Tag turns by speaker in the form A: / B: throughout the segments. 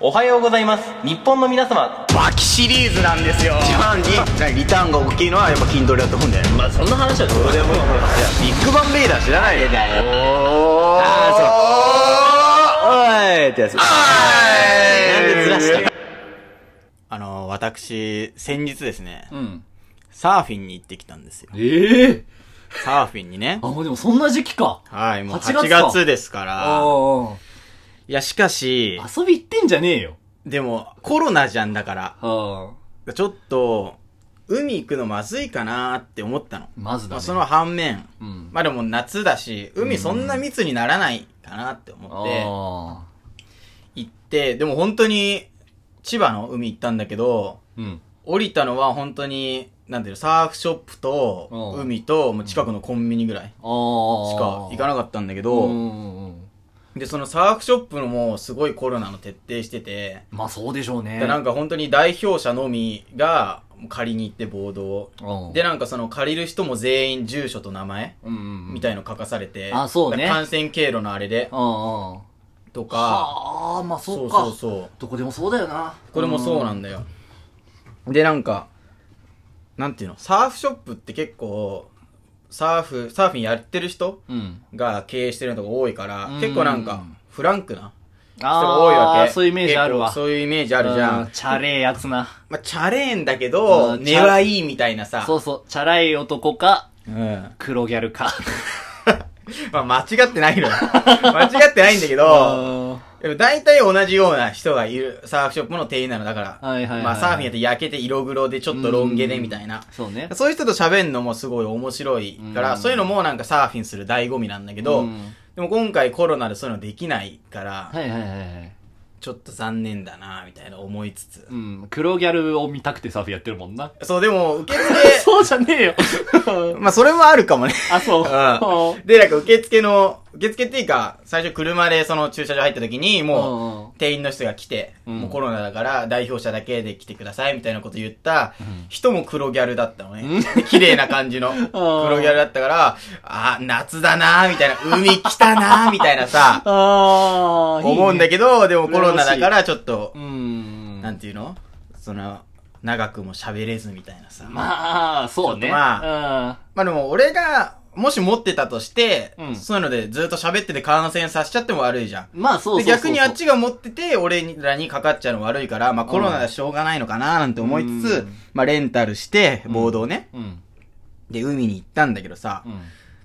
A: おはようございます日本の皆様
B: 脇シリーズなんですよ
C: 一番にリターンが大きいのはやっぱ筋トレだと思うんだよね
A: まあそんな話はどうでもいい
C: ビッグバンベイダー知らないよ
A: だよ
C: おーあーそうおーいってやつ
A: なんでずらした
D: あの、私、先日ですね、
B: うん
D: サーフィンに行ってきたんですよ。
B: ええ
D: サーフィンにね。
B: あもうでもそんな時期か
D: はい、もう
B: 8月
D: 8
B: か
D: 月ですから。
B: あ
D: いや、しかし、
B: あ遊び行ってんじゃねえよ
D: でも、コロナじゃんだか
B: ああ
D: ら、ちょっと、海行くのまずいかなーって思ったの。
B: まずだ
D: まあ
B: ね
D: その反面、
B: うん
D: まあでも夏だし、海そんな密にならないかなって思って、
B: あ
D: 行って、でも本当に、千葉の海行ったんだけど、
B: ーうん
D: 降りたのは本当に、なんていうの、サーフショップと
B: う、ん
D: 海と、もう近くのコンビニぐらい
B: ああ
D: しか行か
B: な
D: なかったんだけ
B: と
D: ど、で、そのサーフショップのもすごいコロナの徹底してて、
B: まあそうでしょうね
D: でなんか本当に代表者のみが借りに行ってボードを。
B: うん
D: で、なんかその借りる人も全員住所と名前
B: うんうん
D: みたいの書かされて、
B: あそうね
D: 感染経路のあれで、
B: ああ
D: とか、
B: ああまあそ
D: そうう
B: か
D: そうそう。
B: どこでもそうだよな
D: これもそうなんだよ。で、なんか、なんていうの、サーフショップって結構、サーフ、サーフィンやってる人
B: うん
D: が経営してるのが多いから
B: うん、
D: 結構なんか、フランクな人が多い
B: あ
D: わ
B: あ
D: け。
B: そういうイメージあるわ
D: 結構そういうイメージあるじゃ。
B: うんチャレーやつな
D: まあ、チャレーンだけど、
B: うん
D: 根はいいみたいなさ。
B: そうそうチャラい男か
D: うん。ま
B: 黒ギャルか
D: あ、間違っ てないのよ。間違ってないんだけど、でも大体同じような人がいる、サーフショップの店員なのだから。
B: はいはいはい
D: まあ、サーフィンやって焼けて色黒でちょっとロン毛でみたいな。
B: そうね
D: そういう人と喋るのもすごい面白いから、
B: うん
D: そういうのもなんかサーフィンする醍醐味なんだけど、
B: うん
D: でも今回コロナでそういうのできないから、
B: はいはいはいはい
D: ちょっと残念だなみたいな思いつつ。
B: うん黒ギャルを見たくてサーフィンやってるもんな
D: そう、でも受
B: そうじゃねえ よ
D: 付、まあそれもあるかもね。
B: あそう
D: うんで、なんか受付の、受付っていうか、最初車でその駐車場入った時に、もう、
B: も
D: 店員の人が来て、
B: うん、
D: もうコロナだから代表者だけで来てくださいみたいなこと言った、人も黒ギャルだったのね。綺麗な感じの黒ギャルだったから、あ、夏だなーみたいな、海来たなーみたいなさ
B: ああ
D: 思うんだけど、でもコロナだからちょっと
B: う、ん
D: なんていうのその、長くも喋れずみたいなさ。
B: まあそう
D: ちょっ
B: ね
D: とま
B: あ
D: まあでも俺が、もし持ってたとして、
B: うん
D: そういうのでずっと喋ってて感染させちゃっても悪いじゃん。
B: まあそうそうそう
D: で逆にあっちが持ってて、俺らにかかっちゃうの悪いから、まあコロナはしょうがないのかななんて思いつつ、
B: うん
D: まあレンタルして、ボードをね、
B: うん
D: で海に行ったんだけどさ、
B: うん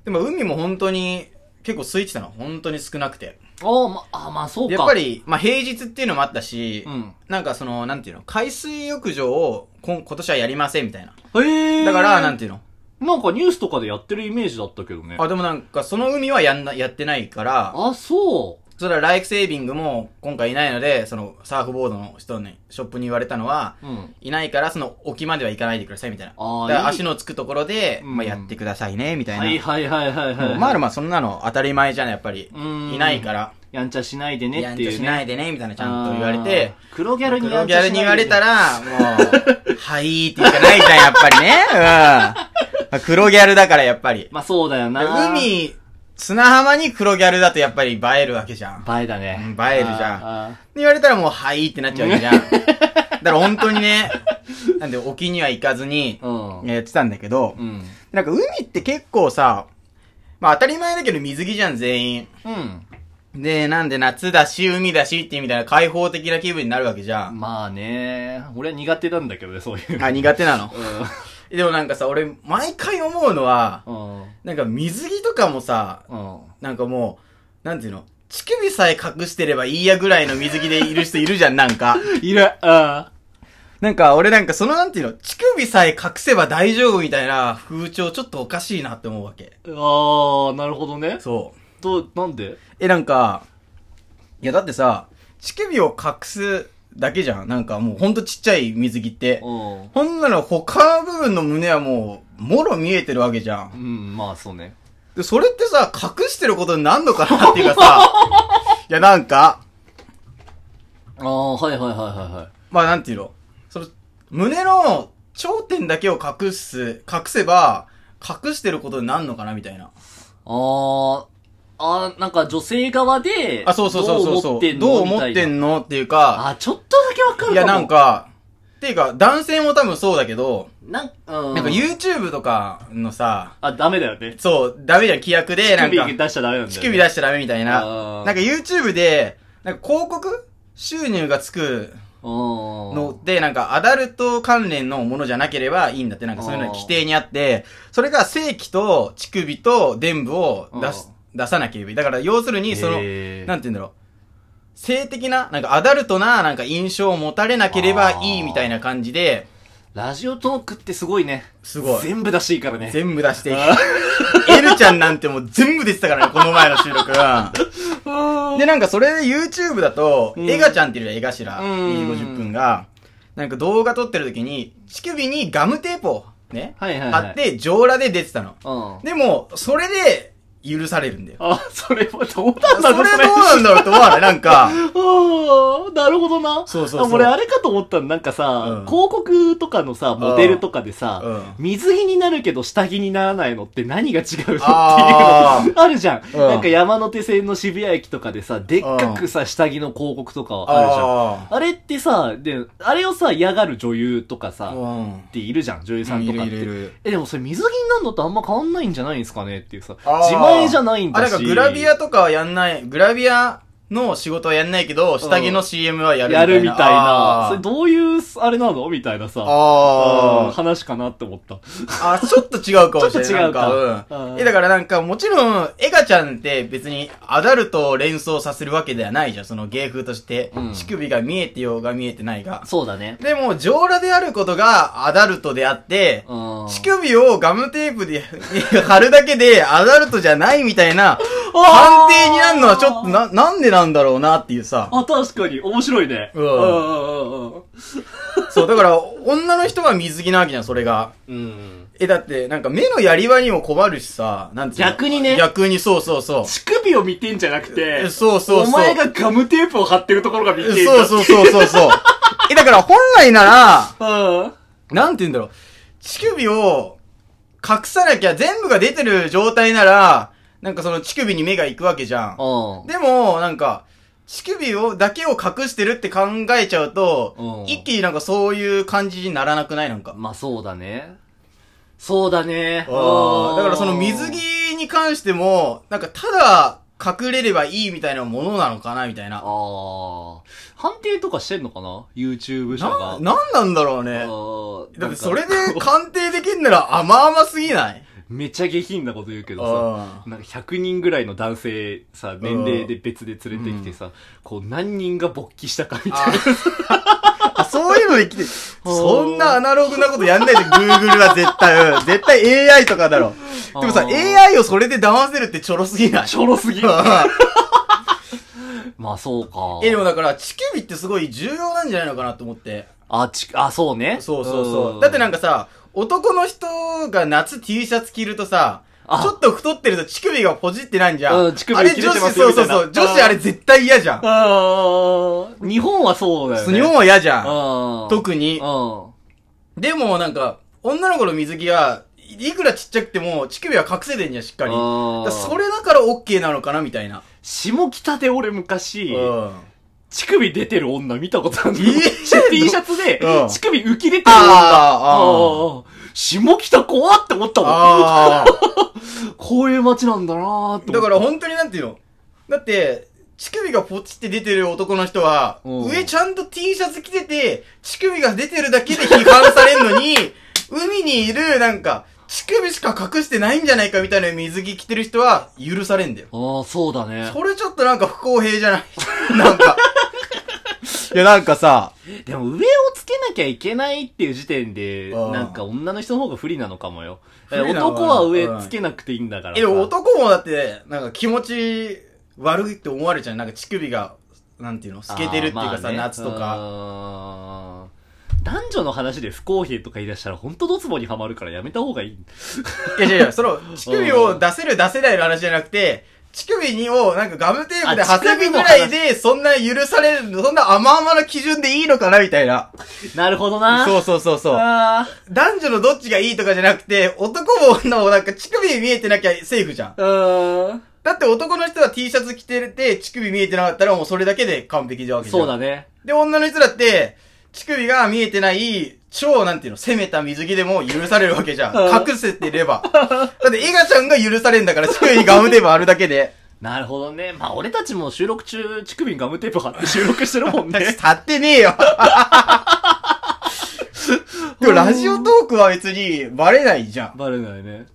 D: でも海も本当に、結構空いてたの、本当に少なくて。
B: おーまあまあそう
D: で
B: か
D: やっぱり、まあ平日っていうのもあったし、
B: うん
D: なんかその、なんていうの、海水浴場を今今年はやりませんみたいな。
B: へえ
D: だから、なんていうの、
B: なんかニュースとかでやってるイメージだったけどね。
D: あ、でもなんかその海はやんな、やってないから、
B: あ、そ
D: それはライフセービングも今回いないので、そのサーフボードの人に、ショップに言われたのは、
B: う。うん。
D: いないから、その沖までは行かないでくださいみたいな。
B: あー
D: だから
B: いい
D: 足のつくところで、
B: うん
D: まあやってくださいね、みたいな。
B: はいはいはいはいはい。
D: もうまあまあそんなの当たり前じゃない、やっぱり。
B: うん
D: いないから、
B: やんちゃしないでね
D: や
B: っ
D: ん
B: て
D: ちゃ
B: いう
D: し
B: ね。
D: ないでね、みたいなちゃんと言われて
B: あ。ー。黒ギャルにや
D: 黒
B: ん
D: ギ
B: ちゃしな
D: ャ
B: いでね
D: ルに言われた。ら、もう、はいーって言うしかないじゃん、やっぱりね。うんまあ。黒ギャルだから、やっぱり。
B: まあそうだよな。。
D: 海、砂浜に黒ギャルだとやっぱり映えるわけじゃん。
B: 映えだね。
D: うん映えるじゃん
B: あー。あー
D: 言われたらもう、はいってなっちゃうわけ じゃん。だから本当にね、なんで沖には行かずに、
B: うん
D: やってたんだけど、
B: うん。
D: なんか海って結構さ、まあ当たり前だけど水着じゃん、全員。で、なんで夏だし、海だしっていうみたいな開放的な気分になるわけじゃ。
B: うんん。まあね。俺は苦手なんだけどね、そういう。
D: あ、苦手なの。
B: う
D: でもなんかさ、俺、毎回思うのは、
B: ん。うん。
D: なんか水着とかもさ、
B: うん。
D: なんかもう、なんていうの、乳首さえ隠してればいいやぐらいの水着でいる人いる じゃん、なんか。
B: いる。あ
D: なんか、俺なんかそのなんていうの、乳首さえ隠せば大丈夫みたいな風潮ちょっとおかしいなって思うわけ。
B: ーあー、なるほどね。
D: そう。
B: どう、なんで
D: え、なんか、いやだってさ、乳首を隠すだけじゃん。なんかもうほんとちっちゃい水着って。
B: うん。
D: ほんなの他の部分の胸はもう、もろ見えてるわけじゃ。
B: うんん、まあそうね。
D: で、それってさ、隠してることになんのかなっていうか さ、いやなんか、
B: ああ、はいはいはいはいはい。
D: まあなんていうの、その、胸の頂点だけを隠す、隠せば、隠してることになんのかなみたいな。
B: あー、あーなんか女性側で、
D: あ、そうそうそうそうそう。
B: ど
D: ど
B: う
D: う
B: 思
D: 思
B: っ
D: ってて
B: んのみ
D: んのっていう
B: たいな
D: か、
B: あ、ちょっとだけわかるかも。
D: いやなん、か、っていうか、男性も多分そうだけど、
B: なんか、うん。
D: なんか YouTube とかのさ、
B: あ、ダメだよね。
D: そう、ダメじゃん、規約で、なん
B: 乳
D: か、
B: 首出しちゃダメなんだよ、ね。
D: 乳首出しちゃダメみたい
B: あー
D: な。なんか YouTube で、なんか広告収入がつくの
B: の、
D: で、なんかアダルト関連のものじゃなければいいんだって、なんかそういうの規定にあって、それが正規と乳首と伝部を出す、出さなければいい。だから要するに、その、
B: へー
D: なんて言うんだろう。性的な、なんかアダルトな、なんか印象を持たれなければいいみたいな感じで、
B: ラジオトークってすごいね。
D: すごい
B: 全部出していいからね。
D: 全部出していく。エルちゃんなんてもう全部出てたからね、この前の収 録は。で、なんかそれで YouTube だと、
B: ん
D: エガちゃんっていうじゃんエガシラ、
B: うん
D: 50分が、なんか動画撮ってる時に、乳首にガムテープをね、
B: はいはいはい
D: 貼って、上裸で出てたの。
B: うん。
D: でも、それで許されるんだよ。
B: あ、それはどうなん
D: そ
B: だろ
D: れ
B: う
D: どうなんだろうと思わないな んか、
B: ああ、なるほどな。
D: そうそうそう
B: あ俺、あれかと思ったの、なんかさ、
D: うん
B: 広告とかのさ、モデルとかでさ、
D: う
B: 水着になるけど下着にならないのって何が違うのっていうの
D: あー
B: あるじゃん,、
D: うん
B: なんか山手線の渋谷駅とかでさ、でっかくさ、下着の広告とかあるじゃん。あ
D: あ
B: れってさ、で、あれをさ、嫌がる女優とかさ、
D: あ。
B: っ
D: うん。
B: ているじゃん、女優さんとかって。
D: いるいるいる
B: え、でもそれ水着になるのとあんま変わんないんじゃないんですかねっていうさ、
D: あー
B: 自前じゃないんだし。
D: あ、だからグラビアとかはやんない、グラビアの仕事はやんないけど、下着の CM はやるみた
B: や
D: いな。
B: るみたいな。
D: あ
B: それ
D: ー
B: どういう、あれなのみたいなさ。うん
D: あー
B: 話かなって思った。
D: あ、ちょっと違うかもしれない。
B: ちょっと違うか
D: なんか
B: う
D: うんん。え、だからなんか、もちろん、エガちゃんって別にアダルトを連想させるわけではないじゃん。その芸風として。
B: うん
D: 乳首が見えてようが見えてないが。
B: そうだね。
D: でも、上裸であることがアダルトであって、
B: うん。
D: 乳首をガムテープで貼るだけでアダルトじゃないみたいな、判定になるのはちょっとな、なんでなんだろうなっていうさ。
B: あ、確かに。面白いね。
D: うん
B: うんうんうん
D: そう、だから、女の人は水着なわけじゃん、それが。
B: うん。
D: え、だって、なんか目のやり場にも困るしさ、なんていうの
B: 逆にね
D: 逆にそうそう そう。
B: 乳首を見てんじゃなくて、
D: えそうそうそ
B: お
D: う
B: 前がガムテープを貼ってるところが見てんだ
D: そうそうそうそ うそう。え、だから本来なら、
B: うん。
D: なんて言うんだろう。乳首を隠さなきゃ全部が出てる状態なら、なんかその乳首に目が行くわけじゃん。
B: うん。
D: でも、なんか、乳首を、だけを隠してるって考えちゃう
B: う
D: と、
B: ん
D: 一気になんかそういう感じにならなくないなんか。
B: まあそうだね。そうだね。
D: あーだからその水
B: 着
D: 着に関しても、なんかただ隠れればいいみたいなものなのかなみたいな。
B: ああ。判定とかしてんのかな ?YouTube 社が。
D: な、なんなんだろうね。
B: だ
D: だってそれで鑑定できんなら甘々すぎない
B: めっちゃ下品なこと言うけどさ
D: あ、
B: なんか100人ぐらいの男性さ、年齢で別で連れてきてさ、こう何人が勃起したかみたいな。
D: あ そういうので来て、そんなアナログなことやんないで、Google は絶対、うん絶対 AI とかだろ。でも
B: あ
D: さ、
B: ー
D: AI をそれで騙せるってちょろすぎない
B: ちょろすぎる。
D: うん
B: まあそうか。
D: え、でもだから、乳首ってすごい重要なんじゃないのかなと思って。
B: あ、ち、あ、そうね。
D: そうそうそう。だってなん
B: か、
D: かさ、男の人が夏 T シャツ着るとさ、
B: あ
D: ちょっと太ってると乳首がポジってなんじゃん。
B: うん乳首切れて
D: あれ
B: ま
D: 女子、
B: すよ
D: そう
B: みた
D: そ
B: いうな
D: そう。女子あれ絶対嫌じゃん。
B: あー日本はそうだよね。
D: 日本は嫌じゃん。
B: は
D: 特に。
B: うん。
D: でもなんか、女の子の水着が、いくらちっちゃくても乳首は隠せてんじゃん、しっかり。
B: あ
D: だ
B: ー
D: からそれだから OK なのかな、みたいな。
B: 下北で俺昔、
D: うん。
B: 乳首出てる女見たことあるの、
D: えー
B: T シャツで
D: うん
B: 乳首浮き出てる女。
D: あーあー
B: あー下北怖って思ったもん。
D: ああ。
B: こういう街なんだなーって
D: だ
B: 思っ
D: か
B: た。
D: ら本当になんていうのだって、乳首がポチって出てる男の人は、
B: うん
D: 上ちゃんと T シャツ着てて、乳首が出てるだけで批判されんのに、 海にいる、なんか、乳首しか隠してないんじゃないかみたいな水着着てる人は許されんだよ。
B: ああ、そうだね。
D: それちょっとなんか不公平じゃない な んか。いやなんかさ、
B: でも上をつけなきゃいけないっていう時点で、
D: あー
B: なんか女の人の方が不利なのかもよ。
D: 不利なのかな
B: 男は上つけなくていいんだからさ。
D: え、男もだって、なんか気持ち悪いって思われちゃう。なんか乳首が、なんていうの透けてるっていうかさ、
B: あーまあね
D: 夏とか。
B: うーん男女の話で不公平とか言い出したら本当ドツボにはまるからやめた方がいい。
D: いやいやいや、その、乳首を出せる出せないの話じゃなくて、乳首にをなんかガムテープで
B: あ乳
D: 挟
B: 首の
D: むぐらいで、そんな許される、そんな甘々な基準でいいのかなみたいな。
B: なるほどな。
D: そうそうそうそう。
B: あ
D: 男女のどっちがいいとかじゃなくて、男も女もなんか乳首見えてなきゃセーフじゃん。
B: ーうーん。
D: だだって男の人は T シャツ着てて、乳首見えてなかったらもうそれだけで完璧じゃわけじゃん。
B: そうだね。
D: で、女の人だって、乳首が見えてない、超なんていうの、攻めた水着でも許されるわけじゃ
B: うん
D: ん。隠せてれば。だって、エガちゃんが許されんだから、乳首にガムテープあるだけで。
B: なるほどね。まあ、俺たちも収録中、乳首にガムテープ貼って収録してるもんね。
D: 立ってねえよ。でも、ラジオトークは別に、バレないじゃん。
B: バレないね。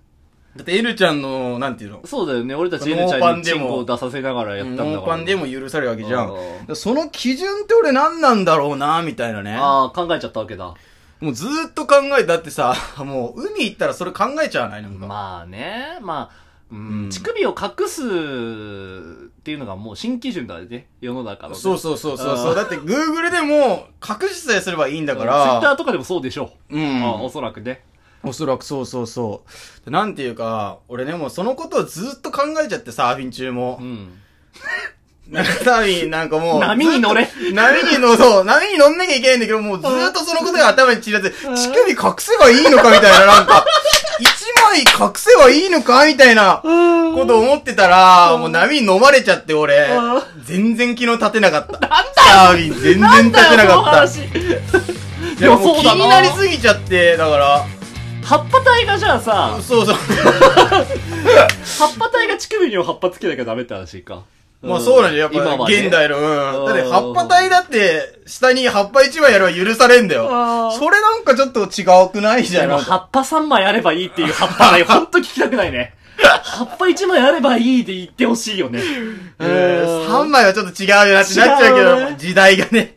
D: だって、エルちゃんの、なんていうの、
B: そうだよね。俺たち
D: ノ
B: N
D: ー
B: ちゃ
D: パ
B: ん
D: ン
B: に
D: で
B: チ
D: も
B: ンコを出させながらやったんだから。
D: ノーパンでも許されるわけじゃん。
B: う
D: だ
B: ん
D: からその基準って俺何なんだろうな、みたいなね。
B: ああ、考えちゃったわけだ。
D: もうずーっと考え、だってさ、もう海行ったらそれ考えちゃわないなんか。
B: まあね、まあ、うん
D: うん
B: 乳首を隠すっていうのがもう新基準だよね。世の中の、ね。
D: そうそうそうそうそ
B: あー
D: う。だって Google でも隠しさえすればいいんだか
B: ツイッタ
D: ら。
B: ーとかでもそうでしょ
D: う
B: う。ああ
D: ん
B: お。そらくね。
D: おそらくそうそうそう。なんていうか、俺ね、もうそのことをずーっと考えちゃって、サーフィン中も
B: う。ん。
D: なんかサーフィンなんかもう。
B: 波に乗れ
D: 波に乗そう。波に乗んなきゃいけないんだけど、もうずーっとそのことが頭に散らず、乳首隠せばいいのかみたいな、なんか、一枚隠せばいいのかみたいな、ことを思ってたら、もう波に飲まれちゃって俺
B: うん、
D: 全然昨日立てなかった。サーフィン全然立てなかった。い
B: で
D: や
B: も
D: もう
B: そう
D: 気
B: だ
D: になり
B: な。
D: すぎちゃって、だから、
B: 葉っぱ体がじゃあさ、
D: そうそう。
B: 葉っぱ体が乳首には葉っぱつけなきゃダメって話か。
D: まあそうなんじゃ、やっ
B: 今
D: ぱ
B: はね
D: 現代の、うん。だって
B: うん
D: 葉っぱ体だって、下に葉っぱ一枚やれば許されんだよ
B: うん。
D: それなんかちょっと違うくないじゃ
B: で
D: ん。
B: も
D: なんか
B: 葉っぱ3枚あればいいっていう葉っぱ ない。ほんと聞きたくないね。葉っぱ1枚あればいい で言ってほしいよね。
D: うん三枚はちょっと違うよなってなっちゃうけど、時代がね。